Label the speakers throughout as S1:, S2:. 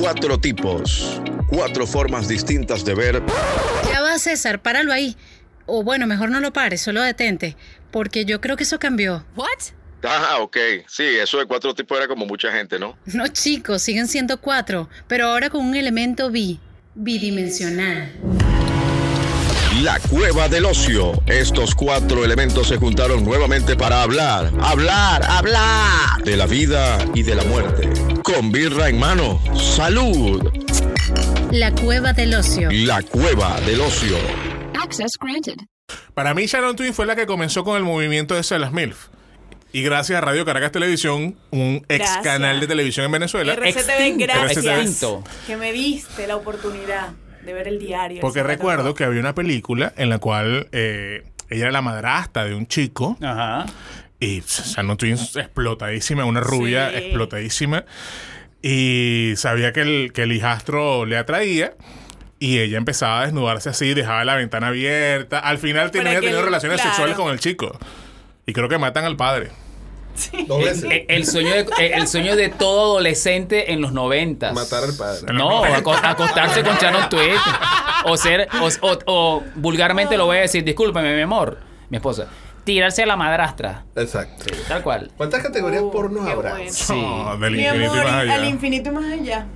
S1: Cuatro tipos, cuatro formas distintas de ver.
S2: Ya va, César, páralo ahí. O bueno, mejor no lo pares, solo detente, porque yo creo que eso cambió.
S3: What?
S1: Ah, ok. Sí, eso de cuatro tipos era como mucha gente, ¿no?
S2: No, chicos, siguen siendo cuatro, pero ahora con un elemento bi, bidimensional.
S1: La cueva del ocio. Estos cuatro elementos se juntaron nuevamente para hablar, hablar, hablar de la vida y de la muerte. Con birra en mano. Salud.
S2: La cueva del ocio.
S1: La cueva del ocio.
S3: Access granted.
S4: Para mí, Sharon Twin fue la que comenzó con el movimiento ese de las MILF. Y gracias a Radio Caracas Televisión, un ex
S5: Gracias.
S4: canal de televisión en Venezuela.
S5: RCTV, gracias.
S4: Extinto.
S5: Que me diste la oportunidad de ver el diario.
S4: Porque
S5: El
S4: recuerdo que había una película en la cual eh, ella era la madrasta de un chico
S6: Ajá.
S4: y Sharon Twin explotadísima, una rubia
S5: Sí.
S4: explotadísima. Y sabía que el, que el hijastro le atraía y ella empezaba a desnudarse así, dejaba la ventana abierta. Al final
S5: Para
S4: tenía
S5: que
S4: tenido
S5: él-
S4: relaciones
S5: claro.
S4: sexuales con el chico. Y creo que matan al padre.
S7: Dos veces.
S6: El, el sueño de, el sueño de todo adolescente en los noventas.
S7: Matar al padre.
S6: No, aco- acostarse con Shannon Tweet. O ser, o, o- o vulgarmente lo voy a decir, discúlpeme, mi amor, mi esposa. Tirarse a la madrastra.
S7: Exacto.
S6: Tal cual.
S7: ¿Cuántas categorías pornos
S5: Oh, Uh, qué
S7: habrá?
S5: bueno.
S6: Sí.
S4: Oh, del
S5: Mi
S4: infinito y
S5: amor,
S4: más allá.
S5: al infinito y más allá.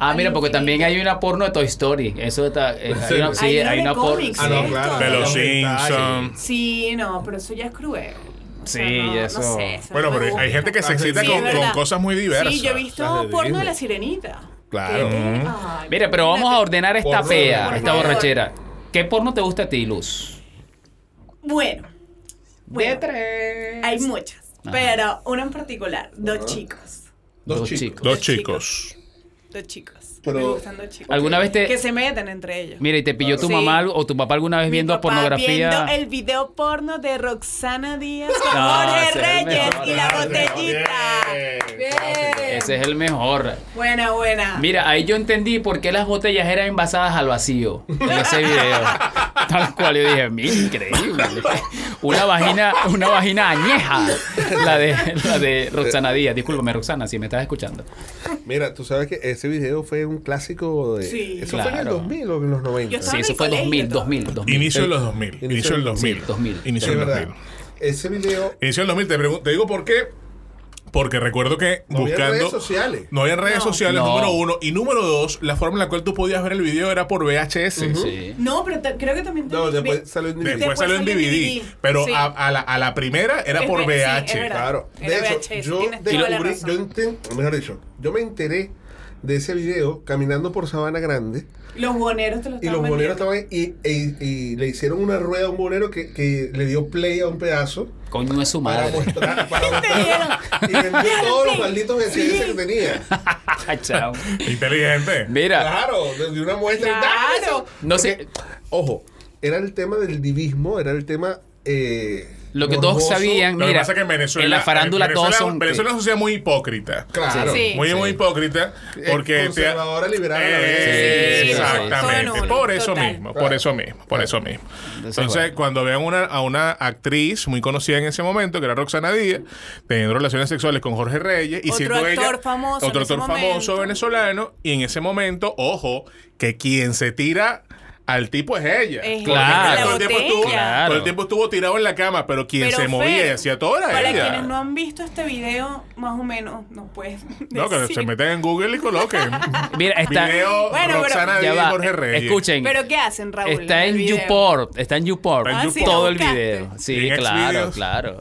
S6: Ah, mira, porque también hay una porno de Toy Story. Eso está. eh, hay una, sí,
S5: Hay una
S6: hay
S5: de
S6: una porno.
S5: cómics,
S7: Ah, no,
S5: ¿Cierto?
S7: claro.
S4: De los
S7: Los
S4: Simpsons.
S7: detalles.
S5: Sí, no, pero eso ya es cruel. O sea,
S6: Sí,
S5: no- no
S6: eso-
S5: sé, eso
S4: Bueno,
S5: no me
S4: pero hay
S5: gusta.
S4: gente que se excita
S5: Sí,
S4: con,
S5: es
S4: con
S5: verdad.
S4: cosas muy diversas.
S5: Sí, yo he
S7: Las
S5: visto
S7: de
S5: porno de
S7: Disney.
S5: la sirenita.
S4: Claro.
S5: Que- Ay,
S6: Mira, pero vamos a ordenar esta
S7: Porno,
S6: pea,
S7: por
S6: esta
S5: favor.
S6: borrachera. ¿Qué porno te gusta a ti, Luz?
S5: Bueno. bueno, Hay muchas. Pero una en particular, dos chicos.
S7: Dos chicos.
S4: Dos chicos.
S5: Dos chicos.
S7: Pero-
S5: me gustan dos chicos.
S6: ¿Alguna vez
S5: Que
S6: te.
S5: se metan entre ellos.
S6: Mira, y te pilló tu
S5: Sí.
S6: mamá algo- o tu papá alguna vez
S5: Mi
S6: viendo
S5: papá
S6: pornografía?
S5: Viendo el video porno de Roxana Díaz con
S6: No, ese
S5: Jorge
S6: Ah, es el
S5: Reyes
S6: mejor.
S5: y la botellita.
S6: Ese es el mejor.
S5: Buena, buena.
S6: Mira, ahí yo entendí por qué las botellas eran envasadas al vacío en ese video. Tal cual yo dije, "Mira, increíble. Una vagina, una vagina añeja. La de, la de Roxana Díaz. Discúlpame, Roxana, si me estás escuchando.
S7: Mira, tú sabes que ese video fue un clásico de.
S5: Sí.
S7: Eso fue en el
S6: Claro.
S7: 2000 o en los 90.
S5: Yo
S6: Sí,
S5: en
S6: eso
S5: el
S6: fue
S5: colegio
S6: 2000,
S5: todavía.
S6: 2000, 2000.
S4: Inicio de los 2000. Inicio del 2000.
S6: Sí, 2000.
S4: Inicio
S7: Es
S4: del
S7: verdad.
S4: 2000.
S7: Ese video.
S4: Inicio del 2000. Te, pregun- te digo por qué. Porque recuerdo que
S7: No había
S4: buscando.
S7: redes sociales.
S4: No había redes
S5: No.
S4: sociales,
S6: No.
S4: número uno. Y número dos, la forma en la cual tú podías ver el video era por VHS.
S6: Sí.
S5: No, pero ta- creo que también.
S7: No, después
S5: vi-
S7: salió en
S4: Después,
S7: DVD.
S5: Después
S4: salió en
S5: salió en
S4: DVD.
S5: DVD.
S4: Pero
S5: Sí.
S4: a, a la, a la primera era
S5: Es
S4: por
S5: ve- sí, es
S4: VH.
S5: verdad.
S7: Claro. De
S5: Era
S7: hecho,
S5: VHS,
S7: yo
S5: tienes toda la
S7: descubrí,
S5: razón.
S7: yo enten- o mejor dicho, yo me enteré de ese video caminando por Sabana Grande
S5: Los boneros te lo
S7: y
S5: estaban
S7: los boleros
S5: vendiendo.
S7: estaban y, y- y le hicieron una rueda a un bolero que, que le dio play a un pedazo
S6: Coño es su
S7: para
S6: madre.
S7: mostrar, para
S5: dieron?
S7: mostrar y vendió
S5: Dieron
S7: todos los
S5: play.
S7: malditos VHS que tenía.
S6: Chao.
S4: Inteligente.
S6: Mira,
S7: Claro, de de una muestra. y
S5: Claro.
S7: tal.
S6: no sé.
S7: Ojo, era el tema del divismo, era el tema. eh,
S6: Lo que todos
S7: morboso.
S6: sabían.
S4: Lo que
S6: Mira,
S4: pasa es que en Venezuela.
S6: en la farándula
S4: Venezuela-
S6: todos son-
S4: Venezuela es una sociedad muy hipócrita.
S7: Claro.
S5: Sí.
S4: Muy, muy hipócrita. Porque. te-
S7: Conservadora, liberal, a la vez.
S4: Eh,
S6: Sí, sí, sí,
S4: Exactamente.
S5: todo en uno,
S4: por eso
S5: total.
S4: mismo. Por eso mismo. Por eso mismo.
S6: Entonces,
S4: Entonces,
S6: bueno.
S4: cuando vean una, a una actriz muy conocida en ese momento, que era Roxana Díaz, teniendo relaciones sexuales con Jorge Reyes y
S5: Otro
S4: siendo
S5: actor
S4: ella.
S5: famoso en
S4: Otro
S5: ese
S4: actor famoso
S5: momento.
S4: venezolano. Y en ese momento, ojo, que quien se tira. Al tipo es ella.
S5: Es
S4: Porque
S6: ella.
S4: todo el tiempo
S5: La
S4: estuvo-
S6: botella.
S4: Todo el tiempo estuvo tirado en la cama, pero quien
S5: Pero
S4: se movía y
S5: Fer,
S4: hacía todo era
S5: Para
S4: ella.
S5: quienes no han visto este video, más o menos, nos puedes.
S4: No, que
S5: decir.
S4: se meten en Google y coloquen.
S6: Mira, está.
S4: Video
S5: Bueno, pero-
S4: Roxana
S6: Ya
S4: Díaz
S6: va.
S4: y Jorge Reyes.
S6: Escuchen.
S5: Pero ¿qué hacen, Raúl?
S6: Está
S5: el
S6: en
S5: video?
S6: YouPorn, está en
S4: Está
S6: YouPorn,
S4: en Ah, YouPorn. sí,
S6: todo
S5: lo
S6: el
S5: buscaste.
S6: video. Sí,
S4: Y en
S6: claro,
S4: Xvideos.
S6: claro.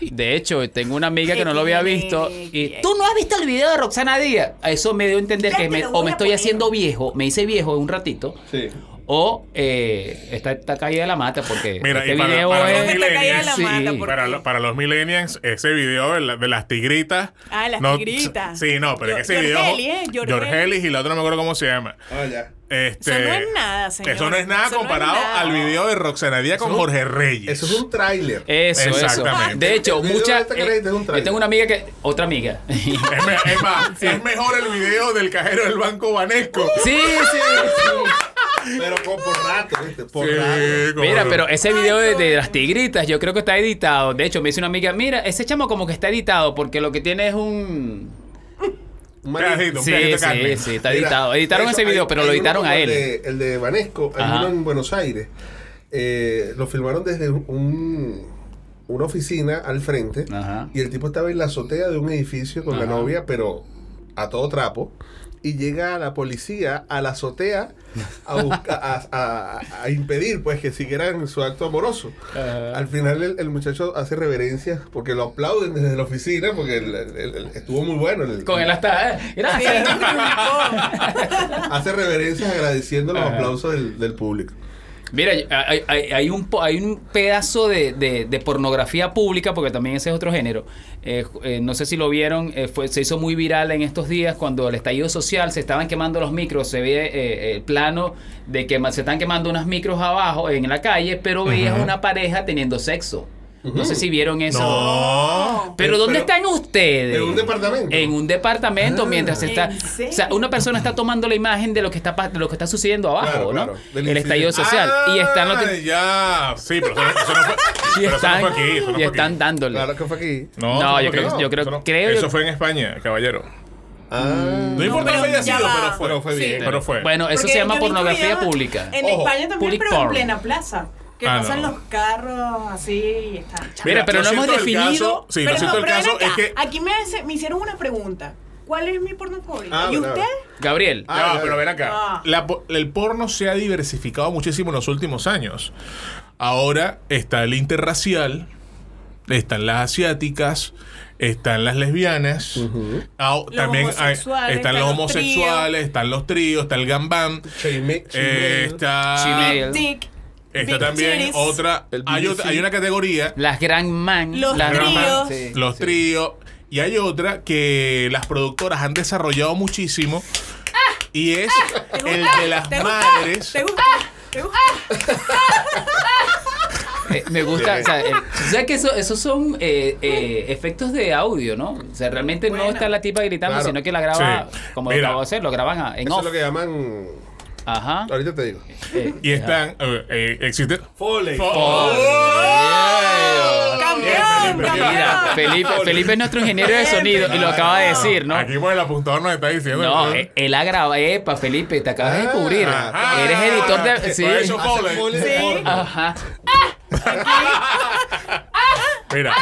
S6: De hecho, tengo una amiga que no lo había visto y
S5: Qué
S6: tú no has visto el video de Roxana Díaz. A Eso me dio a entender
S5: Ya
S6: que
S5: te
S6: me-
S5: lo
S6: o
S5: voy
S6: me
S5: a
S6: estoy
S5: poner.
S6: haciendo viejo, me hice viejo un ratito,
S7: Sí.
S6: o eh, está, está caída de la mata porque
S4: Mira,
S6: este
S4: y para-
S6: video
S4: para
S5: Creo
S4: los
S5: que
S6: es
S5: te caía la
S4: Sí.
S5: mata. porque-
S4: Para, lo- para los millennials, ese video de, la- de las tigritas.
S5: Ah, las
S4: no-
S5: tigritas.
S4: Sí, no, pero
S5: Yo-
S4: que ese
S5: Yorgelis,
S4: video.
S5: ¿eh? Yorgelis.
S4: Yorgelis y la otra no me acuerdo cómo se llama.
S7: Ah, ya.
S4: Este,
S5: Eso no es nada, señor.
S4: Eso no es nada
S5: Eso no es
S4: comparado
S5: nada.
S4: al video de Roxana Díaz con
S7: Eso-
S4: Jorge Reyes.
S7: Eso es un tráiler.
S6: eso, eso.
S4: Exactamente.
S6: De hecho,
S7: El video este de
S6: muchas
S7: esta carajita es un
S6: yo
S7: trailer.
S6: tengo una amiga que otra amiga. sí,
S4: Es me- es más, es mejor el video del cajero del Banco Banesco.
S5: Uh.
S6: sí, sí.
S7: Pero con, por rato, ¿viste? Por
S4: Sí,
S7: rato.
S4: como-
S6: Mira, pero ese video de, de las tigritas, yo creo que está editado. De hecho, me dice una amiga, mira, ese chamo como que está editado porque lo que tiene es un
S7: un
S4: Pedacito.
S7: manito.
S4: Un
S6: Sí,
S4: pedacito,
S6: sí,
S4: Carmen.
S6: sí, está
S7: Mira,
S6: editado. Editaron
S7: eso,
S6: ese
S7: hay-
S6: video, pero
S7: hay
S6: lo
S7: uno
S6: editaron
S7: como
S6: a él.
S7: el de- el de Vanesco, hay
S6: Ajá.
S7: uno en Buenos Aires. Eh, lo filmaron desde un- una oficina al frente
S6: Ajá.
S7: y el tipo estaba en la azotea de un edificio con la
S6: Ajá.
S7: novia, pero a todo trapo. Y llega la policía a la azotea a, busca- a- a- a impedir pues que siguieran su acto amoroso. Al final el, el muchacho hace reverencias porque lo aplauden desde la oficina porque el- el- el- estuvo muy bueno. el-
S6: Con él hasta. eh, Gracias.
S7: Hace reverencias agradeciendo los
S6: Ajá.
S7: aplausos del, del público.
S6: Mira, hay, hay- hay un, po- hay un pedazo de, de- de pornografía pública, porque también ese es otro género. Eh, eh, no sé si lo vieron, eh, fue- se hizo muy viral en estos días cuando el estallido social se estaban quemando los micros. Se ve eh, el plano de que ma- se están quemando unas micros abajo en la calle, pero veías una pareja teniendo sexo. No sé si vieron eso.
S4: No.
S6: Pero ¿dónde
S7: Pero-
S6: están ustedes?
S7: en un departamento.
S6: En un departamento
S7: Ah.
S6: mientras se está,
S5: ¿En serio?
S6: o sea, una persona está tomando la imagen de lo que está pa- de lo que está sucediendo abajo,
S7: Claro,
S6: ¿no?
S7: claro. Del
S6: El
S7: incidente.
S6: estallido social y están los-
S4: Ah, ya. Sí, pero eso, no- eso no fue.
S6: y
S4: pero eso no
S6: están,
S4: fue aquí. Eso no
S6: y
S4: fue
S6: están
S4: aquí.
S6: dándole.
S7: Claro que fue aquí.
S4: No, eso
S6: No,
S4: fue
S6: yo
S4: aquí.
S6: creo- yo creo-
S4: Eso no-
S6: creo-
S4: Eso fue en España, caballero.
S6: Mm.
S7: Ah.
S4: No importa que
S5: pero
S4: haya
S5: ya
S4: sido,
S5: va.
S4: pero fue.
S7: Pero fue bien.
S4: Pero fue.
S6: Bueno, eso
S5: Porque
S6: se llama
S5: yo he visto
S6: pornografía
S5: videos
S6: pública.
S5: En
S7: Ojo,
S5: España también,
S6: public
S5: pero
S6: porn.
S5: en plena plaza. Que
S4: Ah,
S5: pasan
S4: no.
S5: los carros así y están.
S6: Mira, pero
S4: Lo
S6: no hemos
S4: siento del
S6: definido-
S4: caso- Sí, lo siento el
S5: ven
S4: caso
S5: acá,
S4: es que.
S5: Aquí me, hace- me hicieron una pregunta. ¿Cuál es mi porno favorito?
S7: Ah,
S5: ¿Y
S7: verdad.
S5: usted?
S6: Gabriel,
S7: Ah,
S4: Ya va,
S7: ya,
S4: pero
S7: ya.
S4: ven acá.
S5: Ah.
S4: La po- el porno se ha diversificado muchísimo en los últimos años. Ahora está el interracial, están las asiáticas, están las lesbianas, ah,
S5: Los
S4: también hay-
S5: homosexuales,
S4: están los
S5: están los
S4: homosexuales, están los tríos, está el gambán,
S7: Chime-
S4: eh,
S7: chime-
S4: está,
S6: Chimel,
S5: Dick.
S4: está
S5: Big
S4: también
S5: titties,
S4: otra,
S7: El
S4: hay, otra-
S7: BBC.
S4: hay una categoría,
S6: las Grand Man,
S5: Los
S6: las Grand Man,
S5: tríos.
S6: sí,
S4: los
S6: sí.
S4: tríos, y hay otra que las productoras han desarrollado muchísimo. Y es el de las
S5: Ah. ¿Te gusta?
S4: madres.
S5: ¿Te gusta? ¿Te gusta?
S6: Ah, Eh, me gusta, o sea, el- o sea que eso, esos son eh, eh, efectos de audio, ¿no? O sea, realmente no
S5: Bueno.
S6: está la tipa gritando,
S7: Claro.
S6: sino que la graba,
S4: Sí.
S6: como
S4: Mira.
S6: lo acabo de hacer, lo graban a- en
S7: Eso es
S6: off.
S7: lo que llaman.
S6: Ajá.
S7: Ahorita te digo.
S6: Eh,
S4: Y están. eh, eh, existe.
S7: Foley.
S5: ¡Campeón!
S4: Bien, Felipe,
S6: Mira,
S5: ¡Campeón!
S6: Felipe, Felipe es nuestro ingeniero de sonido y lo acaba de decir, ¿no?
S4: Aquí por el apuntador nos está diciendo.
S6: No,
S4: ¿no?
S6: eh, él ha grabado, epa, Felipe, te acabas de
S7: Ah,
S6: descubrir.
S4: ajá.
S6: Eres editor de.
S4: Por
S6: Sí.
S4: ah, eso
S7: Hace
S4: Foley.
S7: Foley
S5: Sí.
S7: de porno.
S6: Ajá.
S4: Mira,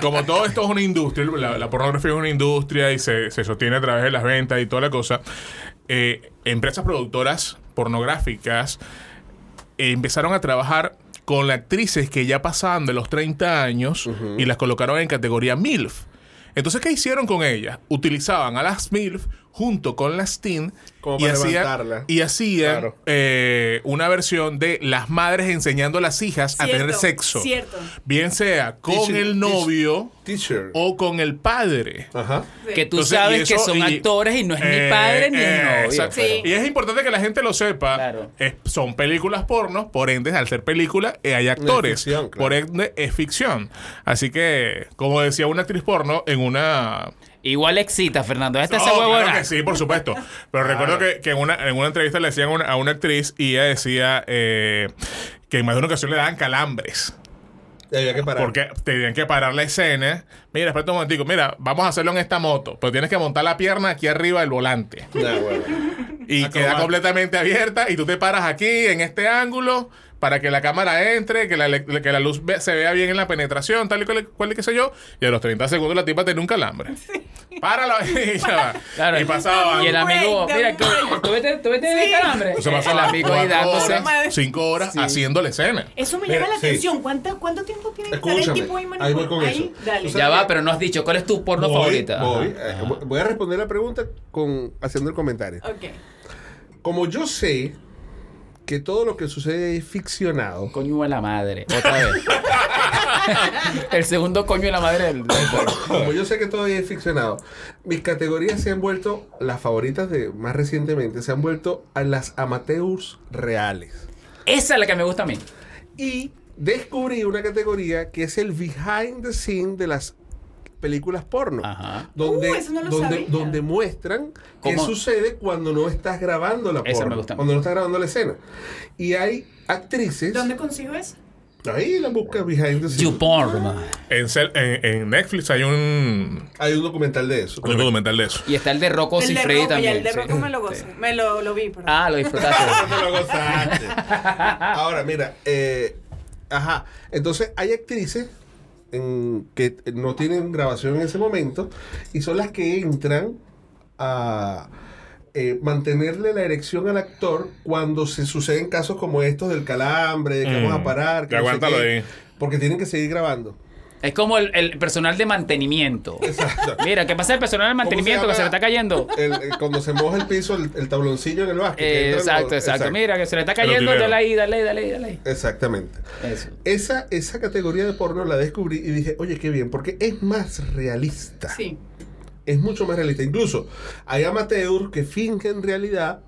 S4: como todo esto es una industria, la, la pornografía es una industria y se, se sostiene a través de las ventas y toda la cosa, eh, empresas productoras pornográficas eh, empezaron a trabajar con actrices que ya pasaban de los 30 años y las colocaron en categoría MILF. Entonces, ¿qué hicieron con ellas? Utilizaban a las MILF junto con las teen
S7: Como
S4: y
S7: para
S4: hacían,
S7: levantarla.
S4: y hacían
S7: Claro.
S4: eh, una versión de las madres enseñando a las hijas a tener
S5: Cierto,
S4: sexo.
S5: cierto.
S4: Bien sea con
S7: Teacher,
S4: el
S7: teacher.
S4: novio
S7: Teacher.
S6: Oh.
S4: o con el padre.
S7: Ajá.
S6: Que tú
S4: Entonces,
S6: sabes
S4: y eso-
S6: que son
S4: y-
S6: actores y no es
S4: eh,
S6: ni padre ni
S4: eh,
S6: es novio.
S4: exacto.
S5: Sí.
S4: Y es importante que la gente lo sepa.
S6: Claro.
S4: Es- son películas pornos, por ende, al ser películas hay actores.
S7: Es ficción, claro.
S4: Por ende, es ficción. Así que, como decía una actriz porno en una
S6: Igual excita, Fernando. Este
S4: No,
S6: ese huevo
S4: claro
S6: era-
S4: que sí, por supuesto. Pero recuerdo que, que en, una, en una entrevista le decían a una, a una actriz y ella decía eh, que en más de una ocasión le daban calambres.
S7: Y había que parar.
S4: Porque tenían que parar la escena. Mira, espérate un momentico. Mira, vamos a hacerlo en esta moto. Pero tienes que montar la pierna aquí arriba del volante.
S7: Nah, bueno.
S4: Y queda completamente abierta. Y tú te paras aquí, en este ángulo, para que la cámara entre, que la, le- que la luz ve- se vea bien en la penetración, tal y cual, cual y qué sé yo. Y a los 30 segundos la tipa tenía un calambre. Páralo. Y, ya va.
S6: Claro.
S4: y pasaba.
S6: Y el amigo,
S5: Dame un
S6: mira,
S5: break,
S6: que-
S5: dame un break.
S6: tú vete, tú vete de calambre.
S4: Eso
S6: el
S4: pasaba
S6: amigo ahí
S4: cuatro
S6: dándose.
S4: horas, cinco horas
S6: Sí.
S4: haciendo la escena.
S5: Eso me
S7: Mira,
S5: llama la
S7: sí.
S5: atención. ¿Cuánto, ¿Cuánto tiempo tiene que estar el
S7: Escúchame,
S5: tipo ahí
S7: ahí voy con
S5: Ahí,
S7: eso.
S5: dale.
S7: O sea,
S6: Ya va, pero no has dicho cuál es tu porno
S7: Voy,
S6: favorita. Ajá.
S7: voy, eh, voy a responder la pregunta con, haciendo el comentario.
S5: Ok.
S7: Como yo sé que todo lo que sucede es ficcionado,
S6: Coño de la madre, otra vez. el segundo coño de la madre del. del-
S7: como yo sé que todo es ficcionado, mis categorías se han vuelto, las favoritas de más recientemente, se han vuelto a las amateurs reales.
S6: Esa es la que me gusta a mí.
S7: Y descubrí una categoría que es el behind the scene de las películas porno.
S6: Ajá.
S7: Donde,
S5: Uh, eso no lo
S7: donde,
S5: sabía.
S7: donde muestran qué
S6: ¿Cómo?
S7: sucede cuando no estás grabando la
S6: Esa
S7: porno,
S6: me gusta.
S7: cuando no estás grabando la escena. Y hay actrices
S5: ¿Dónde consigo eso?
S7: Ahí la busca behind the scenes.
S6: YouPorn.
S4: En, cel- en- en Netflix hay un,
S7: Hay un documental de eso.
S4: un documental de eso.
S6: Y está el de Rocco
S5: El de
S6: Cifredi
S5: Rocco,
S6: también.
S5: y el de
S6: sí.
S5: Rocco me lo gocé. Me lo, lo vi, perdón.
S6: Ah, lo disfrutaste.
S7: Te lo gozaste. Ahora, mira, eh, ajá. Entonces, hay actrices en- que no tienen grabación en ese momento y son las que entran a eh, mantenerle la erección al actor cuando se suceden casos como estos del calambre, de que
S4: Mm.
S7: vamos a parar, que
S4: Ya
S7: no sé
S4: aguántalo
S7: qué,
S4: ahí.
S7: porque tienen que seguir grabando.
S6: Es como el, el personal de mantenimiento.
S7: Exacto.
S6: Mira, ¿qué pasa el personal de mantenimiento que
S7: llama?
S6: se le está cayendo?
S7: El- el- cuando se moja el piso, el, el tabloncillo en el básquet. que
S6: Eh,
S7: entra el-
S6: exacto, exacto, Mira, que se le está cayendo,
S4: utilero.
S6: dale ahí, dale ahí, dale ahí, dale ahí.
S7: Exactamente.
S6: Eso.
S7: Esa, esa categoría de porno la descubrí y dije, oye, qué bien, porque es más realista.
S5: Sí.
S7: Es mucho más realista. Incluso hay amateurs que fingen realidad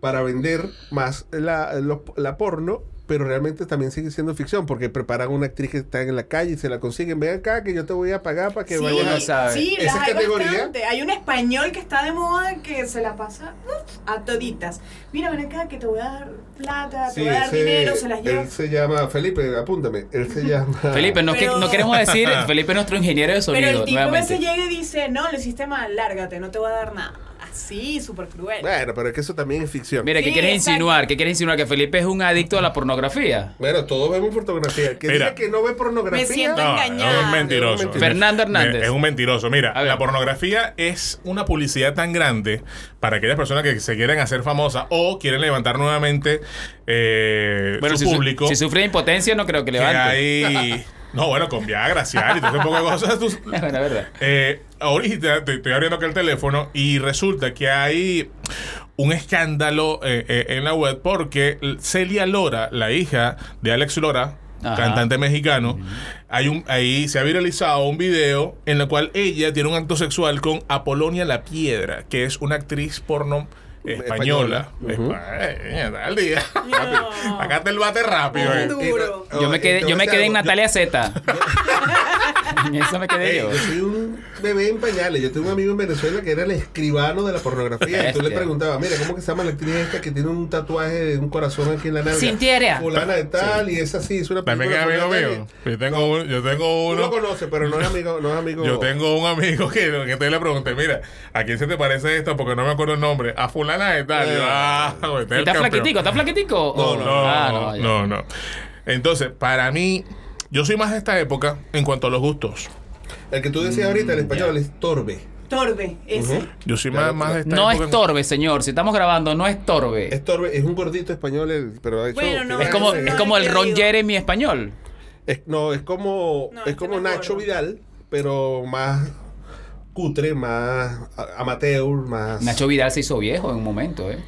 S7: para vender más la, lo- la porno, pero realmente también sigue siendo ficción, porque preparan una actriz que está en la calle y se la consiguen. Ven acá que yo te voy a pagar para que
S5: sí,
S7: vayas a...
S6: no sabe.
S5: sí, las
S7: Esa
S5: hay
S7: categoría-
S5: bastante. Hay un español que está de moda que se la pasa uf, a toditas. Mira, ven acá que te voy a dar plata,
S7: Sí,
S5: te voy a dar
S7: ese-
S5: dinero, se las lleva.
S7: él se llama Felipe, apúntame. Él se llama...
S6: Felipe, no,
S5: Pero-
S6: que- no queremos decir, Felipe es nuestro ingeniero de sonido,
S5: Pero el tipo
S6: nuevamente.
S5: ese llega y dice, no, lo hiciste mal, lárgate, no te voy a dar nada. Así, súper cruel.
S7: Bueno, pero es que eso también es ficción.
S6: Mira, ¿qué
S5: Sí,
S6: quieres
S5: exacto.
S6: insinuar? ¿Qué quieres insinuar? ¿Que Felipe es un adicto a la pornografía?
S7: Bueno, todos vemos pornografía. El que
S4: Mira.
S7: diga que no ve pornografía...
S5: Me siento
S4: No,
S5: engañada.
S4: es un mentiroso.
S7: Mentiroso.
S6: Fernando Hernández.
S4: Es un mentiroso. Mira,
S6: A ver.
S4: la pornografía es una publicidad tan grande para aquellas personas que se quieren hacer famosas o quieren levantar nuevamente eh, su
S6: si, su-
S4: público.
S6: si sufre de impotencia, no creo que
S4: que
S6: levante.
S4: hay- No, bueno, con Viagra, Cialis, y todo ese poco de cosas. tú-
S6: Es buena verdad.
S4: Eh, ahorita te estoy abriendo acá el teléfono y resulta que hay un escándalo eh, eh, en la web porque Celia Lora, la hija de Alex Lora,
S6: Ajá.
S4: cantante mexicano, hay un, ahí se ha viralizado un video en el cual ella tiene un acto sexual con Apolonia La Piedra, que es una actriz porno española. Espa- eh, al día.
S5: No.
S4: Acá te el bate rápido. eh.
S5: Honduras. Duro.
S6: Yo me quedé, yo me
S7: Oh, Entonces,
S6: quedé en
S7: yo-
S6: Natalia Z. En eso me quedé
S7: Ey,
S6: yo.
S7: yo soy un bebé en pañales. Yo tengo un amigo en Venezuela que era el escribano de la pornografía. y tú le
S6: Bestia.
S7: preguntabas, mira, ¿cómo que se llama la actriz esta que tiene un tatuaje de un corazón aquí en la nalga?
S6: Cintia Herea.
S7: Fulana de tal, y esa sí, es una
S4: También es
S7: película
S4: amigo
S7: fulana
S4: mío.
S7: de-
S4: Yo tengo, un- yo tengo
S7: Tú
S4: uno.
S7: lo conoces, pero no es amigo. No es amigo
S4: Yo tengo un amigo que, que te le pregunté, mira, ¿a quién se te parece esto? Porque no me acuerdo el nombre. A fulana de tal. Y yo, ah, güey, este
S6: ¿Y
S4: es
S6: ¿Está
S4: el campeón.
S6: flaquitico? ¿Está flaquitico?
S4: No,
S6: Oh,
S4: no,
S6: ah,
S4: no,
S6: ya.
S4: no, no. Entonces, para mí, yo soy más de esta época en cuanto a los gustos.
S7: El que tú decías ahorita,
S6: Mm,
S7: el español, es Torbe.
S5: Torbe, ese.
S4: Yo soy más, más de esta
S6: No
S4: época. en-
S6: estorbe, señor. Si estamos grabando, no estorbe.
S7: Es Torbe, es un gordito español, el- pero ha hecho
S5: Bueno, no,
S6: Es como,
S5: no,
S6: es como el
S5: no,
S6: Ron
S5: no.
S6: Jeremy español.
S7: Es- no, es como,
S5: No,
S7: es
S5: este
S7: como
S5: no es
S7: Nacho
S5: gordo.
S7: Vidal, pero más cutre, más a- amateur, más.
S6: Nacho Vidal se hizo viejo en un momento, ¿eh?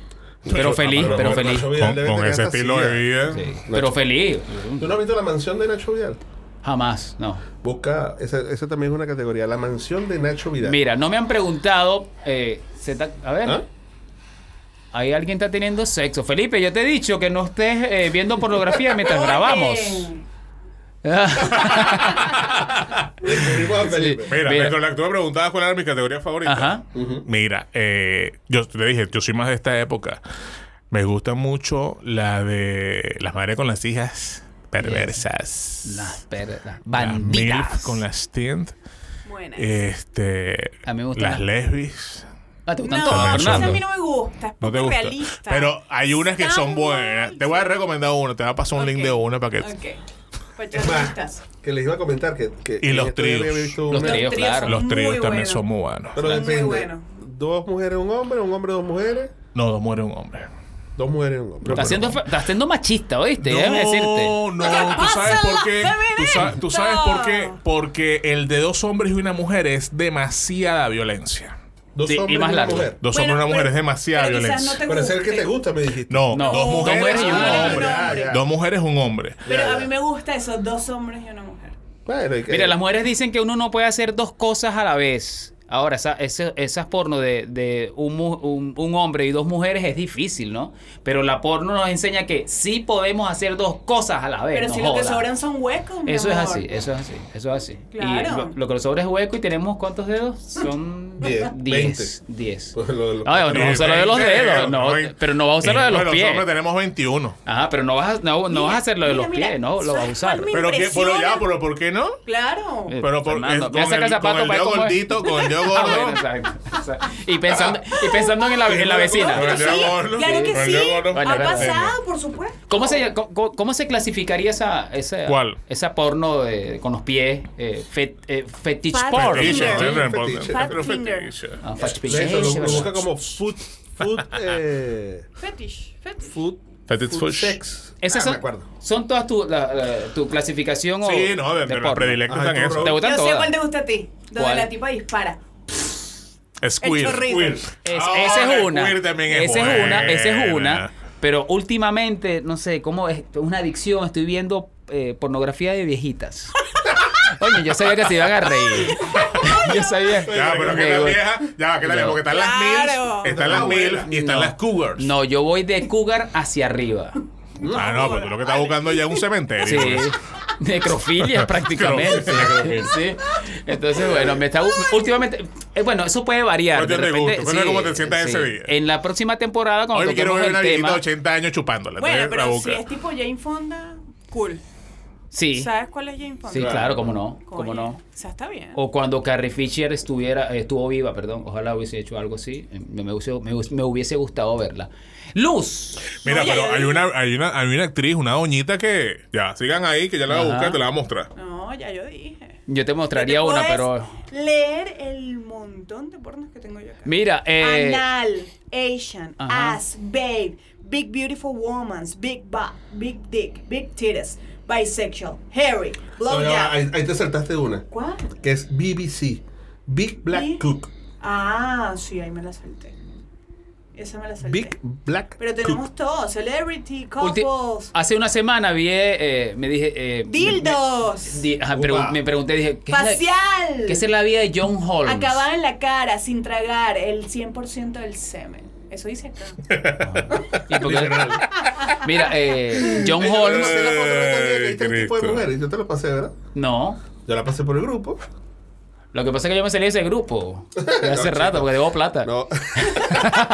S6: Pero feliz,
S4: ah, pero-
S6: pero
S4: pero-
S6: feliz.
S7: Nacho Vidal
S4: Con,
S7: debe
S4: con
S7: tener
S4: ese
S7: hasta
S4: estilo de
S7: sida.
S4: vida.
S6: Sí, Pero feliz.
S7: ¿Tú no has visto la mansión de Nacho Vidal?
S6: Jamás, no.
S7: Busca, esa, esa también es una categoría, la mansión de Nacho Vidal.
S6: Mira, no me han preguntado. eh, se ta- a ver.
S7: ¿Ah?
S6: Ahí alguien está teniendo sexo. Felipe, yo te he dicho que no estés eh, viendo pornografía mientras
S5: Oye.
S6: grabamos.
S7: Descubrimos a Felipe.
S6: Sí.
S4: Mira,
S6: Mira.
S4: mientras la- tú me preguntabas cuál era mi categoría favorita.
S6: Ajá.
S4: Mira, eh, yo te dije, yo soy más de esta época. Me gusta mucho la de las madres con las hijas perversas.
S6: Las perras.
S4: Las MILF
S6: Bandidas.
S4: con las TINT.
S5: Buena.
S4: Este.
S6: A mí me gustan
S4: las
S6: las-
S4: lesbis.
S6: Ah, te gustan
S5: no,
S6: todas,
S5: esa a
S6: Fernando.
S5: mí no me gusta. Es
S4: No
S5: poco
S4: te gusta.
S5: realista.
S4: Pero hay unas que
S5: Está
S4: son
S5: muy-
S4: buenas. Te voy a recomendar una. Te voy a pasar un
S5: Ok.
S4: link de una para que.
S5: Ok. Pues
S7: Es más,
S5: Pachotistas.
S7: que les iba a comentar que. que
S4: Y
S7: en
S4: los
S7: estos días
S4: tríos.
S7: había visto
S6: Los
S7: una-
S6: tríos, claro.
S5: son
S4: Los
S5: muy
S4: tríos también
S5: buenos.
S4: son muy buenos.
S7: Pero
S5: Son muy
S7: depende.
S5: buenos.
S7: Dos mujeres, un hombre, un hombre, dos mujeres.
S4: No, dos muere un hombre.
S7: Dos mujeres, un hombre.
S6: Estás siendo, fe- estás siendo machista, ¿oíste? Déjame decirte.
S4: no, no, tú sabes
S5: pasa,
S4: por qué. Tú, sa- tú sabes por qué.
S5: feministas?
S4: Porque el de dos hombres y una mujer es demasiada violencia.
S7: Dos
S6: Sí, y
S7: hombres y
S6: más
S7: una
S6: largo.
S7: mujer.
S4: Dos hombres y
S5: Bueno,
S4: una mujer
S5: pero-
S4: es demasiada
S5: pero quizás
S4: violencia.
S5: no te
S7: Pero es el que
S5: guste.
S7: te gusta, me dijiste.
S4: No,
S6: No,
S4: dos
S6: dos
S4: mujeres y un
S5: mujeres y un
S4: hombre.
S5: hombre.
S4: Dos mujeres y un hombre.
S5: Pero
S7: Ya,
S5: a
S7: ya.
S5: mí me gusta esos dos hombres y una mujer.
S6: Eh,
S7: Bueno, y que-
S6: Mira, las mujeres dicen que uno no puede hacer dos cosas a la vez. Ahora, esa- ese- esas porno de, de un, mu- un- un hombre y dos mujeres es difícil, ¿no? Pero la porno nos enseña que sí podemos hacer dos cosas a la vez.
S5: Pero
S6: no
S5: si lo que
S6: joda.
S5: sobran son huecos, mi
S6: Eso es
S5: amor.
S6: así, eso es así, eso es así. Y
S5: Claro.
S6: lo, lo que nos sobra es hueco y tenemos cuántos dedos? Son
S7: 10,
S6: 10.
S7: 20.
S6: 10.
S7: Pues lo- lo-
S6: No, no vas a usar lo de los dedos. No, pero no vas a usar lo de los
S4: Eh, bueno,
S6: pies.
S4: Nosotros tenemos 21.
S6: Ajá, pero no vas a, no, no vas a hacer lo de los
S5: mira, mira,
S6: pies, no, lo
S5: ¿sabes
S6: vas a usar.
S5: cuál me-
S4: Pero, ¿qué, pero ya,
S5: Impresiona.
S4: pero ¿por qué no?
S5: Claro.
S6: Eh,
S4: Pero por,
S6: Fernando,
S4: es-
S6: voy a
S4: con,
S6: sacar
S4: el,
S6: zapato
S4: con el
S6: para
S4: dedo
S6: cómo es.
S4: gordito, con el dedo
S6: Ah, bueno,
S4: gordo.
S6: exacto, exacto. Y pensando, y pensando en la, en la
S4: Con
S6: vecina.
S4: el
S5: Sí,
S4: dedo gordo.
S5: claro que
S4: Con el
S5: sí.
S4: dedo gordo.
S6: Bueno,
S5: ha
S6: espérate.
S5: pasado, por supuesto.
S6: ¿Cómo se, cómo, cómo se clasificaría esa, esa,
S4: ¿Cuál?
S6: esa porno de- con los pies? eh, fet- eh, fetish
S5: Fat
S6: porn.
S4: Fetiche,
S5: Fat
S4: no es
S7: finger.
S4: importante.
S5: Fat
S4: Pero
S5: finger.
S4: fetiche.
S6: Ah, fetish.
S7: Eso, lo, lo
S6: Sí,
S7: busca como food. Food. Eh,
S5: Fetish, fetish.
S7: food.
S4: Fetish
S7: food
S4: fish.
S7: sex.
S6: Esas
S7: Ah, me acuerdo.
S6: son, son todas tu, la- la- tu clasificación o
S4: Sí, no, de, de
S6: porno. Ah,
S4: los predilectos
S7: Ay,
S4: están
S7: qué
S4: eso.
S7: horror.
S6: ¿Te gustan
S5: Yo sé
S6: todas?
S5: cuál te gusta a ti. Donde
S6: ¿Cuál?
S5: la tipa dispara.
S4: Squid.
S5: El chorrito.
S4: Squid.
S6: Es-
S4: Ah,
S6: esa es
S4: el
S6: una.
S4: queer también es
S6: esa es una, esa es una.
S4: buena.
S6: Pero últimamente, no sé, como es una adicción, estoy viendo eh, pornografía de viejitas. Oye, yo sabía que se iban a reír. yo sabía.
S4: Ya, pero que la
S6: Me-
S4: vieja. Ya, que la vieja. Porque están las
S5: Claro. Ah,
S4: MILF, están las
S7: No.
S4: MILF y están
S6: No.
S4: las Cougars.
S6: No, yo voy de cougar hacia arriba.
S4: Ah, no, pero tú lo que estás buscando ya es un cementerio.
S6: Sí. Necrofilia prácticamente.
S4: Necrofilia.
S6: sí. Entonces, bueno, me está gu- últimamente eh, bueno, eso puede variar.
S4: Cuestión
S6: de
S4: de
S6: repente,
S4: gusto, cuestión de cómo te sientas ese día.
S6: En la próxima temporada cuando
S4: Hoy me quiero
S6: toquemos
S4: ver
S6: el
S4: una viejita
S6: tema,
S4: de 80 años chupándola.
S5: Bueno,
S4: entonces, la
S5: pero si
S4: busca.
S5: es tipo Jane Fonda, cool.
S6: sí.
S5: ¿Sabes cuál es Jane Fonda?
S6: Sí, claro, cómo no, cómo
S5: Coño,
S6: no. Oh.
S5: O sea, está bien.
S6: O cuando Carrie Fisher estuviera, eh, estuvo viva, perdón, ojalá hubiese hecho algo así. eh, Me, me hubiese, me hubiese- me hubiese gustado verla. Luz.
S4: Mira,
S5: Oye,
S4: pero
S5: ya
S4: hay
S5: vi.
S4: una, hay, una, hay una actriz, una doñita que. Ya, sigan ahí, que ya la voy a
S6: Ajá.
S4: buscar, te la voy a mostrar.
S5: No, ya yo dije.
S6: Yo te mostraría
S5: Lo que
S6: una,
S5: puedo
S6: pero.
S5: es Leer el montón de pornos que tengo yo acá.
S6: Mira, eh,
S5: Anal, Asian,
S6: Ajá.
S5: Ass, Babe, Big Beautiful Woman's, Big Butt, Big Dick, Big Titties, Bisexual, Hairy,
S7: No,
S5: Blow
S7: ya va,
S5: Job.
S7: ahí, ahí te saltaste una.
S5: ¿Cuál?
S7: Que es BBC. Big Black
S5: ¿Sí?
S7: Cook.
S5: Ah, sí, ahí me la salté. Esa me la salté.
S7: Big Black
S5: Pero
S7: Cook.
S5: tenemos todo, Celebrity,
S6: ulti- Ah,
S5: Couples,
S6: hace una semana vi, eh, me dije. eh,
S5: Dildos,
S6: me- di- ajá, pregun-
S7: Upa.
S6: me pregunté, dije, ¿qué es, la,
S5: Facial,
S6: qué es la vida de John Holmes?
S5: acabar en la cara sin tragar el 100% del semen. Eso dice acá.
S6: Y porque- mira, eh, John
S7: Yo te pasé la
S6: Holmes.
S7: foto el otro día que
S4: Ay,
S7: hay tres tipos de
S4: Cristo.
S7: mujeres. Yo te lo pasé, ¿verdad?
S6: No.
S7: Yo la pasé por el grupo.
S6: Lo que pasa es que yo me salí de ese grupo. de
S7: No,
S6: hace
S7: chico.
S6: rato, porque debo plata.
S7: No.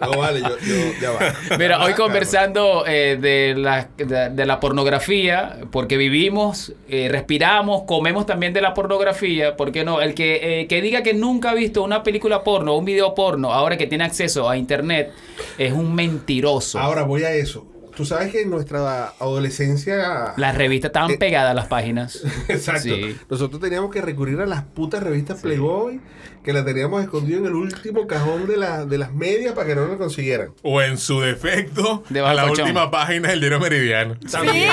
S7: no vale, yo, yo ya va.
S6: Mira, hoy
S7: Ah,
S6: conversando eh, de, la, de, de la pornografía, porque vivimos, eh, respiramos, comemos también de la pornografía, ¿por qué no? El que, eh, que diga que nunca ha visto una película porno o un video porno, ahora que tiene acceso a internet, es un mentiroso.
S7: claro. Ahora voy a eso. Tú sabes que en nuestra adolescencia.
S6: las revistas estaban
S7: Eh,
S6: pegadas a las páginas.
S7: Exacto.
S6: Sí.
S7: Nosotros teníamos que recurrir a las putas revistas Playboy que las teníamos escondido en el último cajón de, la- de las medias para que no la consiguieran.
S4: O en su defecto,
S6: Debajo
S4: a la
S6: del colchón.
S4: última página del Diario Meridiano.
S5: Sí, también.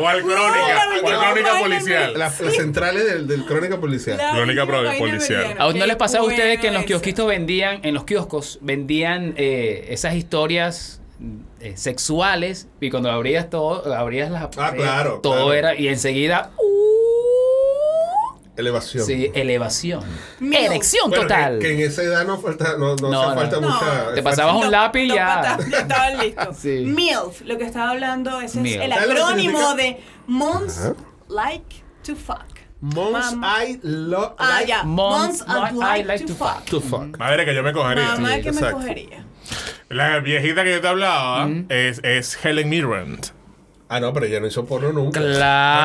S4: O al Crónica, o
S5: No, la
S4: al Crónica
S5: última
S4: Policial.
S7: Las, las centrales del, del Crónica Policial.
S5: La
S4: Crónica
S5: última
S4: pro-
S5: vaina
S4: policial.
S5: meridiana.
S6: ¿Aún no
S5: Qué
S6: les pasaba a ustedes
S5: buena
S6: que en los
S5: esa.
S6: kiosquitos vendían, en los kioscos, vendían eh, esas historias eh, sexuales y cuando abrías todo, abrías las
S7: Ah, claro,
S6: todo
S7: claro.
S6: era y enseguida uh,
S7: Elevación.
S6: Sí, elevación.
S5: Miedo.
S6: Erección
S7: Bueno,
S6: total.
S7: Que, que en esa edad no falta, no, no,
S6: No,
S7: hace
S6: no.
S7: falta
S5: No.
S7: mucha.
S6: Te pasabas un
S5: No,
S6: lápiz y
S5: no,
S6: ya.
S5: pata, ya estaban listos.
S6: Sí.
S5: MILF, lo que estaba hablando, ese es
S6: MILF.
S5: el
S7: ¿Sabes lo que
S5: acrónimo
S7: significa?
S5: de Mons
S7: Ajá.
S5: Like to Fuck.
S7: Mons
S5: Mamá-
S7: I love.
S5: Ah, ya. Mons
S6: Mons-
S5: I'd
S6: I
S5: like,
S6: like
S5: to
S6: to
S5: Fuck.
S7: To fuck.
S6: Mm.
S4: Madre que yo me cogería.
S5: Mamá, ¿qué me
S7: exacto.
S5: cogería?
S4: La viejita que yo te hablaba es, es Helen Mirren.
S7: Ah, no, pero ya no hizo porno nunca. Ah,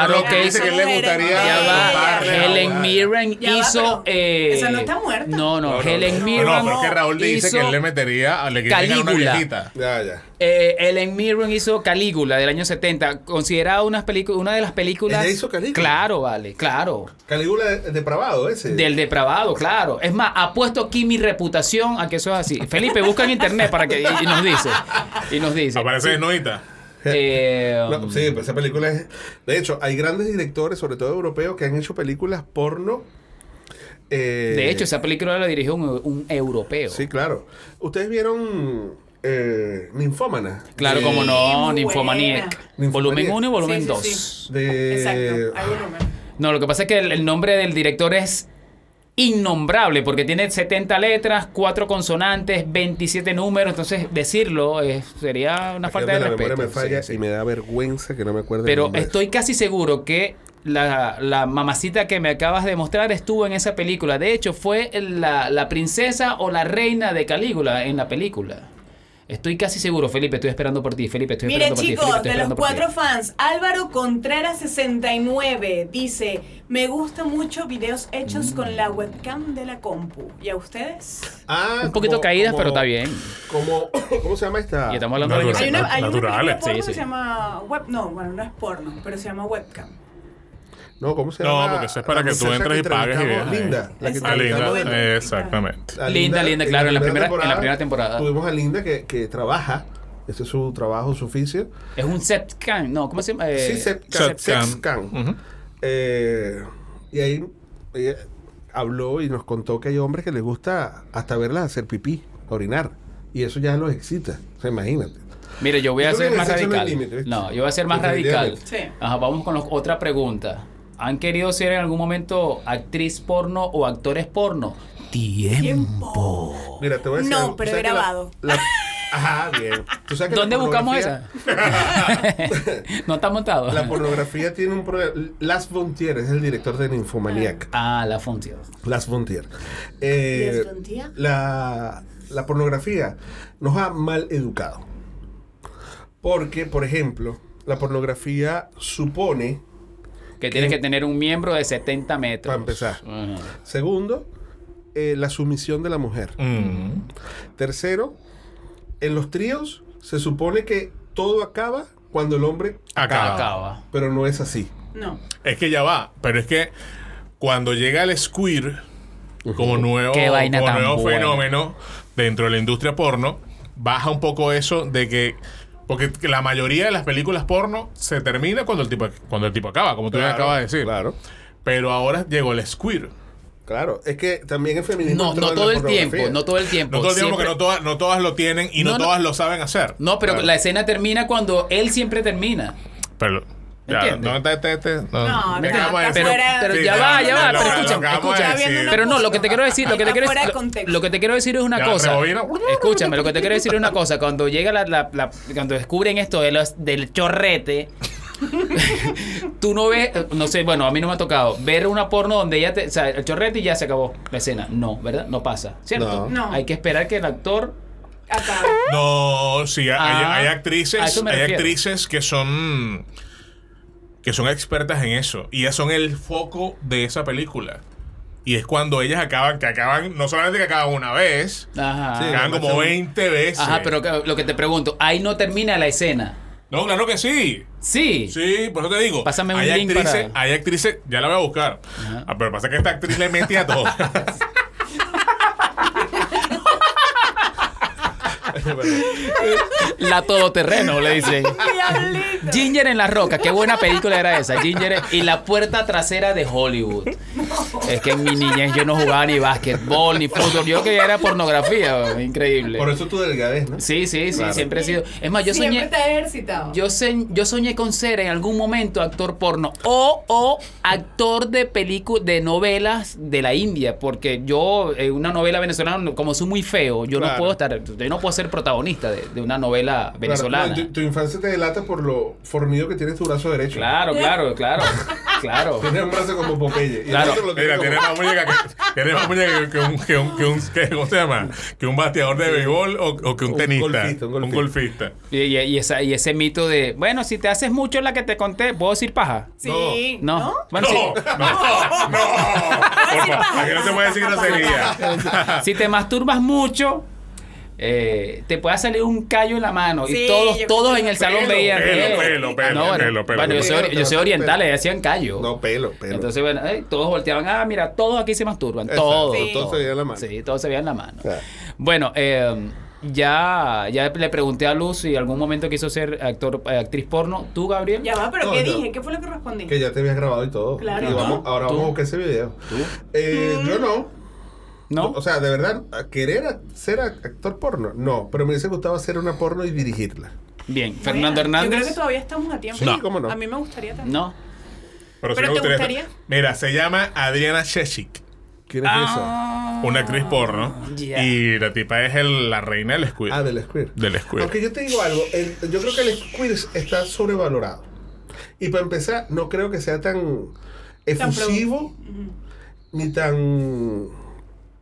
S6: Claro
S4: Bueno,
S5: que
S6: que
S5: dice
S6: hizo.
S5: que le gustaría
S6: Ya va.
S5: comparle la
S6: Helen Mirren
S5: Ya va,
S6: hizo.
S5: pero
S6: eh,
S5: esa no está muerta.
S6: No, no,
S7: No, no,
S6: Helen
S7: no.
S4: No,
S6: Mirren.
S4: no, pero es que Raúl le dice
S6: hizo-
S4: que él le metería le quiere llegar a una
S6: Calígula.
S4: viejita.
S7: Ya, ya.
S6: eh, Helen Mirren hizo Calígula del año 70, considerada una, una de las películas.
S7: ¿Ella hizo Calígula?
S6: Claro, vale, claro.
S7: Calígula de- depravado ese.
S6: Del depravado, claro. Es más, ha puesto aquí mi reputación a que eso es así. Felipe, busca en internet para que. Y, y nos dice. Y nos dice.
S4: Aparece desnudita.
S6: Eh,
S7: No, sí, pero esa película es. De hecho, hay grandes directores, sobre todo europeos, que han hecho películas porno. eh,
S6: De hecho, esa película la dirigió un, un europeo.
S7: Sí, claro. Ustedes vieron eh, Ninfómana.
S6: Claro,
S7: De-
S6: como no,
S5: muy
S6: Nymphomaniac.
S7: buena.
S6: Volumen 1 y volumen
S5: Sí,
S6: 2.
S5: sí,
S7: De. ah,
S5: Exacto, hay un número.
S6: No, lo que pasa es que el, el nombre del director es innombrable porque tiene 70 letras, 4 consonantes, 27 números. Entonces, decirlo es- sería una
S7: Aquí
S6: falta de
S7: donde la
S6: respeto.
S7: memoria me falla
S6: Sí, sí.
S7: y me da vergüenza que no me acuerde. el
S6: Pero
S7: nombre de
S6: estoy casi seguro que la, la mamacita que me acabas de mostrar estuvo en esa película. De hecho, fue la, la princesa o la reina de Calígula en la película. Estoy casi seguro, Felipe, estoy esperando por ti. Felipe, estoy
S5: Miren
S6: esperando por
S5: chicos,
S6: ti. Felipe, estoy
S5: de los
S6: esperando por ti.
S5: cuatro fans, Álvaro Contreras 69 dice, me gusta mucho videos hechos
S6: Mm.
S5: con la webcam de la compu. ¿Y a ustedes?
S7: Ah,
S6: Un poquito caídas, pero está bien.
S7: Como, ¿Cómo se llama esta?
S6: Y estamos hablando del año
S4: Natural.
S5: Hay una, hay una película
S4: Naturales.
S5: porno
S6: Sí, sí.
S5: que se llama web, no, bueno, no es porno, pero se llama webcam.
S7: No, ¿cómo se
S4: No,
S7: llama?
S4: porque eso es para
S7: La
S4: que tú
S7: muchacha
S4: entres y
S7: que
S4: pagues y
S7: entrevistamos,
S4: veas.
S7: Linda. la que
S5: Esa. Ah,
S7: entrevistamos
S5: Linda.
S7: en-
S4: Linda, eh, exactamente.
S7: a
S6: Linda, Linda,
S7: en
S6: claro, en la primera- en la primera temporada.
S7: Tuvimos a Linda que, que trabaja, ese es su trabajo, su oficio.
S6: Es un septcan, no, ¿cómo se llama? Eh,
S7: sí, se,
S4: Sep-
S7: Sex
S4: Cam.
S7: Cam.
S4: Ujú.
S7: Eh, y ahí ella habló y nos contó que hay hombres que les gusta hasta verlas hacer pipí, orinar. Y eso ya los excita, o sea, imagínate.
S6: Mire, yo voy a
S7: Yo creo
S6: ser
S7: que
S6: más
S7: ese es el
S6: radical.
S7: límite, ¿viste?
S6: no, yo voy a ser más radical.
S7: Definitivamente.
S5: Sí.
S6: Ajá, vamos con los- otra pregunta. ¿Han querido ser en algún momento actriz porno o actores porno?
S5: Tiempo.
S7: Mira, te voy a decir
S5: No,
S7: algo.
S5: pero
S7: ¿Tú sabes que la-
S5: grabado.
S7: la- ajá, bien. ¿Tú sabes que la
S6: ¿Dónde buscamos esa?
S7: pornografía-
S6: ¿No está montado?
S7: La pornografía tiene un problema. Las Vontier es el director de Ninfomaniac.
S6: ah, la función.
S7: Las Vontier. Eh,
S5: Las Von Trier.
S7: La, la pornografía nos ha mal educado. Porque, por ejemplo, la pornografía supone,
S6: Que tienes que tener un miembro de 70 metros.
S7: Para empezar.
S6: Ajá.
S7: segundo, eh, la sumisión de la mujer.
S4: Mm.
S7: Tercero, en los tríos se supone que todo acaba cuando el hombre
S4: Acaba.
S6: Acaba.
S7: Pero no es así.
S5: No.
S4: Es que ya va, pero es que cuando llega el squeer como nuevo,
S6: Qué vaina
S4: como
S6: tan
S4: nuevo
S6: buena.
S4: fenómeno dentro de la industria porno, baja un poco eso de que porque la mayoría de las películas porno se termina cuando el tipo cuando el tipo acaba, como tú bien
S7: Claro,
S4: acabas de decir.
S7: Claro.
S4: Pero ahora llegó el squeer.
S6: Pues
S7: Claro, es que también el feminismo.
S6: No,
S7: entró
S6: no
S7: en la
S6: todo el
S7: pornografía.
S6: tiempo, no todo el tiempo.
S4: No todo el tiempo,
S6: Siempre-
S4: porque no todas, no todas lo tienen y no,
S6: No, no.
S4: todas lo saben hacer.
S6: No, pero la escena termina cuando él siempre termina.
S4: Pero ya,
S6: ¿Entiendes?
S4: no, te- te- te- no, ya
S5: No, no,
S4: acabamos de
S5: está
S4: decir.
S5: fuera-
S6: pero
S4: Sí,
S6: ya va, ya va,
S4: lo-
S6: pero
S4: lo
S6: escucha,
S4: acabamos de
S6: escucha.
S4: decir.
S5: Está viendo
S6: Pero no, lo que te quiero decir, lo que te
S5: Está
S6: quiero,
S5: fuera de
S6: lo,
S5: contexto.
S6: lo que te quiero decir es una
S4: Ya,
S6: cosa.
S4: rebobina.
S6: Escúchame, lo que te quiero decir es una cosa. Cuando llega la, la- la- cuando descubren esto de los, del chorrete, tú no ves, no sé, bueno, a mí no me ha tocado ver una porno donde ya te, o sea, el chorrete y ya se acabó la escena. No, ¿verdad? No pasa, ¿cierto?
S5: No. No.
S6: Hay que esperar que el actor
S5: Acaba.
S4: No, sí, hay,
S6: Ah,
S4: hay
S6: a
S4: actrices,
S6: eso me
S4: hay
S6: refiero.
S4: actrices que son que son expertas en eso y ellas son el foco de esa película. Y es cuando ellas acaban, que acaban, no solamente que acaban una vez,
S6: Ajá.
S7: Sí.
S4: acaban como
S7: además,
S4: 20 veces.
S6: Ajá, pero que- lo que te pregunto, ahí no termina la escena.
S4: No, claro que sí.
S6: Sí.
S4: Sí, por eso te digo.
S6: Pásame un
S4: hay
S6: link
S4: actrices,
S6: para-
S4: hay actrices, ya la voy a buscar. Ah, pero pasa que esta actriz le mete a todo.
S6: La todoterreno, le dice.
S5: Diablito.
S6: Ginger en la roca, qué buena película era esa. Ginger y la puerta trasera de Hollywood. Es que en mi niñez yo no jugaba ni básquetbol ni fútbol, yo que era pornografía, increíble.
S7: Por eso tu delgadez, ¿no?
S6: Sí, sí, sí,
S7: Claro.
S6: siempre he sido. Es más, yo
S5: Siempre
S6: soñé
S5: te has ejercitado.
S6: yo, se- yo soñé con ser en algún momento actor porno o, o actor de películas de novelas de la India, porque yo en una novela venezolana como soy muy feo, yo no
S7: Claro.
S6: puedo estar, yo no puedo ser protagonista de, de una novela venezolana.
S7: Claro, no, tu, tu infancia te delata por lo fornido que tienes tu brazo derecho.
S6: Claro, claro, claro, claro.
S7: Tienes un brazo como Popeye. Y el
S6: Claro.
S7: otro lo
S4: Mira, tiene
S7: tiene como-
S4: más muñeca que, tiene más muñeca que- que un, que un, que un que- ¿cómo se llama? Que un bateador de béisbol o, o que un,
S7: Un
S4: tenista.
S7: golfista, un
S4: un golfista.
S6: Y, y- y esa- y ese mito de, bueno, si te haces mucho la que te conté, ¿puedo decir paja?
S5: Sí.
S6: No.
S4: no,
S6: Bueno, si-
S4: no, no, Por favor, aquí no se puede decir grosería.
S6: si te masturbas mucho, eh, te puede salir un callo en la mano.
S5: Sí,
S6: y todos,
S5: yo-
S6: todos en el salón
S4: Pelo,
S6: veían.
S4: pelo,
S6: eh,
S4: pelo, pelo,
S6: bueno,
S4: pelo, pelo,
S6: bueno, yo
S7: pelo,
S6: soy,
S7: pelo,
S6: yo soy
S7: pelo.
S6: oriental, le hacían callo.
S7: No, pelo, pelo.
S6: Entonces, bueno, eh, todos volteaban, ah, mira, todos aquí se masturban.
S7: Exacto,
S6: Todos.
S5: todos
S7: se veían la mano.
S6: Sí, todos se veían la mano.
S7: Claro.
S6: Bueno, eh, ya, ya le pregunté a Luz si algún momento quiso ser actor, eh, actriz porno. ¿Tú, Gabriel?
S5: Ya va, pero
S7: No,
S5: ¿qué
S7: yo-
S5: dije? ¿Qué fue lo que respondí?
S7: que ya te habías grabado y todo.
S5: Claro.
S7: Y vamos,
S6: ¿Tú?
S7: ahora
S6: ¿Tú?
S7: vamos a buscar ese video. Eh, Yo no.
S6: ¿No?
S7: O sea, de verdad, a querer a- ser a- actor porno, no. Pero me hubiese gustado hacer una porno y dirigirla.
S6: Bien,
S5: Bueno,
S6: Fernando
S5: Yo creo
S6: Hernández.
S5: que todavía estamos a tiempo.
S7: Sí, No. cómo no.
S5: A mí me gustaría también.
S6: No.
S4: Pero,
S5: ¿Pero
S4: me
S5: te
S4: gustaría-
S5: gustaría?
S4: Mira, se llama Adriana Sheshik.
S7: ¿Quién
S6: Ah,
S7: es
S4: Una actriz porno.
S6: ya.
S4: Y la tipa es el- la reina del squid.
S7: esa? Ah, del square.
S4: Del squid.
S7: Aunque yo te digo algo, el- yo creo que el squeer está sobrevalorado. Y para empezar, no creo que sea tan efusivo ni tan.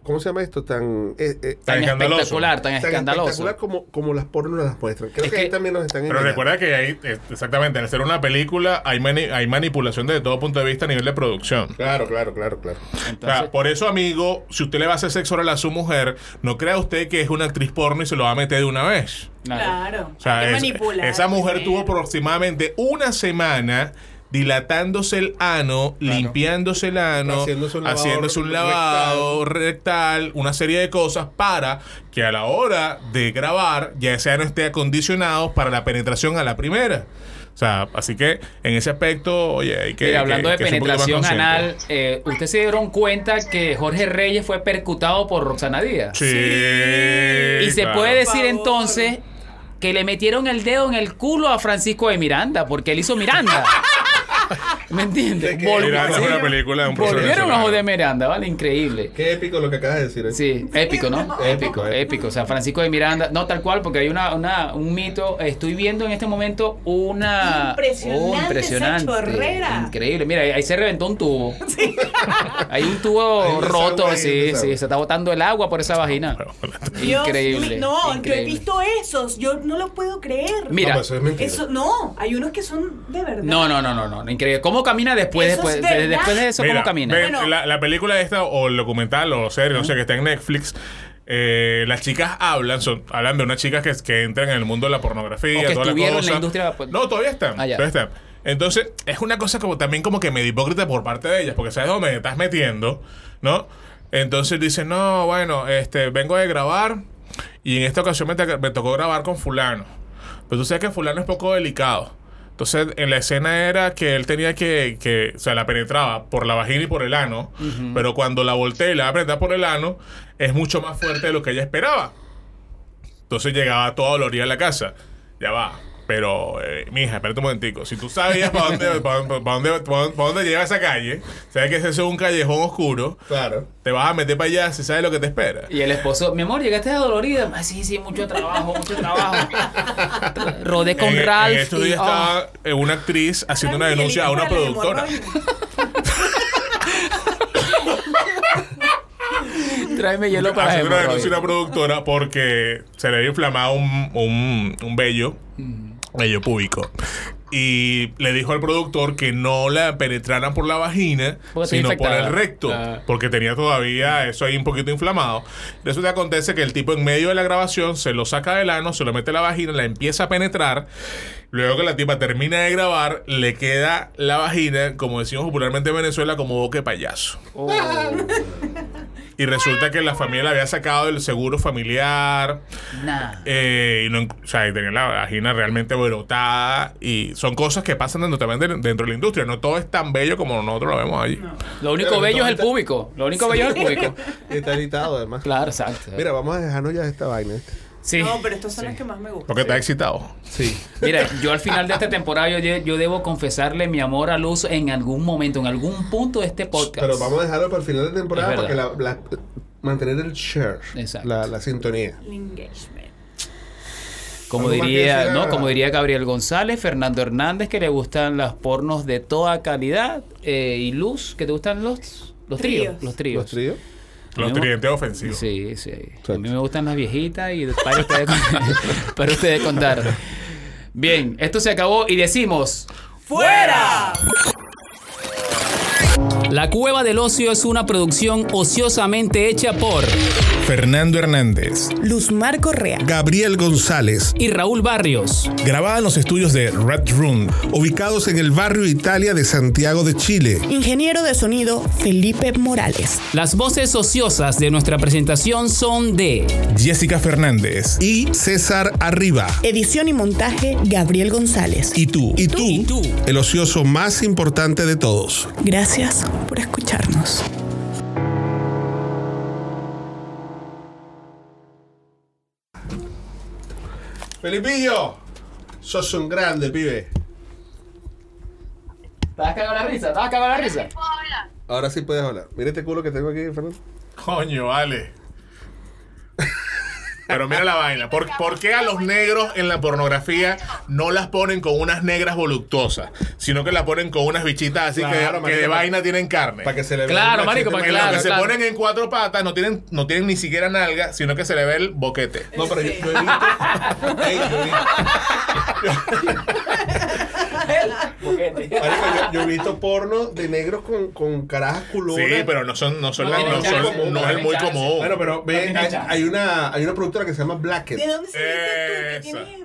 S7: ¿Cómo se llama esto? Tan. eh, eh,
S6: Tan
S4: escandaloso.
S6: espectacular, tan,
S7: tan
S6: escandaloso.
S7: espectacular como, como las pornos las muestran. Creo
S6: Es
S7: que, ahí
S6: que-
S7: también nos están
S4: Pero
S7: engañando.
S4: recuerda que ahí, eh, exactamente, al ser una película hay, mani- hay manipulación desde todo punto de vista a nivel de producción.
S7: Claro, claro, claro, claro.
S4: O sea, por eso, amigo, si usted le va a hacer sexo oral a su mujer, no crea usted que es una actriz porno y se lo va a meter de una vez.
S6: Claro.
S5: Claro.
S4: O sea,
S5: Hay que
S4: es-
S5: manipular,
S4: esa mujer
S5: tener.
S4: tuvo aproximadamente una semana dilatándose el ano, limpiándose el ano,
S7: Haciéndose un lavado
S4: haciéndose un lavado rectal, una serie de cosas para que a la hora de grabar ya ese ano esté acondicionado para la penetración a la primera. O sea, así que en ese aspecto, oye, hay que...
S6: Mira, hablando
S4: que-
S6: de
S4: que ser un poquito más
S6: penetración
S4: consciente.
S6: anal, eh, ¿ustedes se dieron cuenta que Jorge Reyes fue percutado por Roxana Díaz?
S4: Sí.
S6: Y se
S4: claro.
S6: puede
S5: Por
S6: decir
S5: favor.
S6: entonces que le metieron el dedo en el culo a Francisco de Miranda, porque él hizo Miranda. ¿Me entiendes?
S7: Es que
S6: Volvi-
S4: Miranda es una película de un profesor
S6: Volvieron a
S4: venezolano.
S6: joder Miranda, ¿vale? Increíble.
S7: Qué épico lo que acabas de decir. ¿eh?
S6: Sí, épico, ¿no? Épico, épico. O sea, Francisco de Miranda, no tal cual, porque hay una, una- un mito. Estoy viendo en este momento una. oh,
S5: Impresionante esa chorrera.
S6: Increíble. Mira, ahí- ahí se reventó un tubo. Hay un tubo
S7: Hay un desagüe
S6: roto,
S7: ahí, un
S6: sí,
S7: desagüe.
S6: sí. Se está botando el agua por esa vagina.
S5: Dios
S6: Increíble.
S5: mío, No, yo he
S6: increíble.
S5: visto esos. Yo no lo puedo creer.
S6: Mira.
S7: No, pues eso es mentira.
S5: Eso, no, hay unos que son de verdad.
S6: No, no, no, no, no. Increíble. ¿Cómo camina después,
S5: Eso es
S6: después, de,
S5: verdad.
S6: después de eso?
S4: Mira,
S6: ¿Cómo camina?
S4: ven,
S5: Bueno.
S4: la, la película esta, o el documental, o serie, no sé, que está en Netflix. eh, las chicas hablan, son, hablan de unas chicas que, que entran en el mundo de la pornografía,
S6: O que
S4: toda la
S6: estuvieron en la
S4: cosa.
S6: industria de la-
S4: No, todavía están.
S6: Ah, ya.
S4: todavía están. Entonces, es una cosa como también como que medio hipócrita por parte de ellas, porque sabes dónde me estás metiendo, ¿no? Entonces dicen, no, bueno, este, vengo de grabar y en esta ocasión me, ta- me tocó grabar con fulano. Pero tú sabes que fulano es poco delicado. Entonces, en la escena era que él tenía que, que o sea, la penetraba por la vagina y por el ano, pero cuando la volteé y la apretaba por el ano, es mucho más fuerte de lo que ella esperaba. Entonces llegaba toda doloría a la casa. Ya va. Pero, eh, mija, espérate un momentico. Si tú sabías para dónde, para, dónde- para dónde, para dónde- para dónde llega esa calle, sabes que ese es un callejón oscuro,
S7: Claro.
S4: te vas a meter para allá si sabes lo que te espera.
S6: Y el esposo, mi amor, llegaste dolorida. Ah, sí, sí, mucho trabajo, mucho trabajo. Rodé con
S4: En- en
S6: Ralph.
S4: estos
S6: y-
S4: días
S6: oh.
S4: estaba eh, una actriz haciendo una
S5: Ay,
S4: denuncia a una
S5: Miguelito, dale,
S4: productora.
S5: hemorroides.
S6: Tráeme hielo para
S4: haciendo una
S6: hemorroides.
S4: denuncia a una productora porque se le había inflamado un, un, un vello, vello púbico. Y le dijo al productor que no la penetraran por la vagina,
S6: Porque está
S4: sino por
S6: infectada.
S4: el recto,
S6: Ah.
S4: porque tenía todavía eso ahí un poquito inflamado. Resulta que acontece que el tipo en medio de la grabación se lo saca del ano, se lo mete a la vagina, la empieza a penetrar. Luego que la tipa termina de grabar, le queda la vagina, como decimos popularmente en Venezuela, como boque payaso.
S6: Oh.
S4: Y resulta que la familia la había sacado del seguro familiar.
S6: Nah.
S4: eh, y no, en- o sea, y tenía la vagina realmente brotada. Y son cosas que pasan dentro, también de- dentro de la industria. No todo es tan bello como nosotros lo vemos allí.
S6: Lo único
S7: Pero
S6: bello es el
S7: entonces-
S6: público. Lo único bello es el público.
S7: Y está editado además.
S6: Claro, exacto.
S7: Mira, vamos a dejarnos ya de esta vaina.
S6: sí.
S5: No, pero estos son los que más me gustan.
S4: Porque está excitado.
S7: Sí.
S6: Mira, yo al final de esta temporada yo, yo debo confesarle mi amor a Luz en algún momento, en algún punto de este podcast.
S7: Pero vamos a dejarlo para el final de temporada
S6: Es
S7: para que la, la- mantener el share,
S6: Exacto.
S7: la, la sintonía.
S5: El engagement.
S6: Como
S7: Algo más que
S6: diría,
S7: decir,
S6: ¿no?
S7: Ana.
S6: Como diría Gabriel González, Fernando Hernández, que le gustan las pornos de toda calidad, eh, y Luz, que te gustan los, los tríos.
S5: Tríos.
S6: Los tríos.
S7: ¿Los tríos?
S4: Los
S6: Tenemos-
S4: tridentes ofensivos.
S6: Sí, sí. A mí me gustan las viejitas y para ustedes, con- para ustedes contar. Bien, esto se acabó y decimos...
S5: ¡Fuera!
S6: La Cueva del Ocio es una producción ociosamente hecha por...
S8: Fernando Hernández,
S9: Luz Mar Correa.
S8: Gabriel González,
S6: y Raúl Barrios.
S8: grabada en los estudios de Red Room, ubicados en el barrio Italia de Santiago de Chile.
S9: Ingeniero de sonido Felipe Morales.
S6: Las voces ociosas de nuestra presentación son de...
S8: Jessica Fernández y César Arriba.
S9: Edición y montaje Gabriel González.
S8: Y tú, y tú,
S6: Y tú.
S8: el ocioso más importante de todos.
S9: Gracias por escucharnos.
S7: Felipillo, sos un grande, pibe.
S6: ¿Estabas cagado la risa? ¿Estabas cagado la risa?
S7: Ahora sí puedes hablar. Mira este culo que tengo aquí, Fernando.
S4: Coño, vale. Pero mira la vaina. ¿Por, por qué a los negros en la pornografía no las ponen con unas negras voluptuosas? Sino que las ponen con unas bichitas así que,
S7: Claro,
S4: que
S7: marica,
S4: de
S7: pa-
S4: vaina tienen carne.
S7: Para que se le
S6: Claro,
S7: el
S6: marico, para
S7: machete más
S4: En la
S6: claro,
S4: que
S7: grande.
S4: se
S6: claro.
S4: ponen en cuatro patas, no tienen, no tienen ni siquiera nalga, sino que se le ve el boquete.
S7: No, pero yo, yo he visto. Ey, yo, he visto- Marico, yo- yo he visto porno de negros con, con carajas culonas.
S4: Sí, pero no son, no son,
S6: No
S4: las-
S6: tienen
S4: no son-
S6: chance,
S4: no
S6: no
S4: es
S6: tienen
S4: muy
S6: chance.
S4: común.
S7: Bueno, pero ve,
S6: tiene
S7: hay,
S6: chance.
S7: hay una, hay una productora que se llama Blacked.
S5: ¿De dónde saliste tú? Que
S4: Esa.
S5: tienes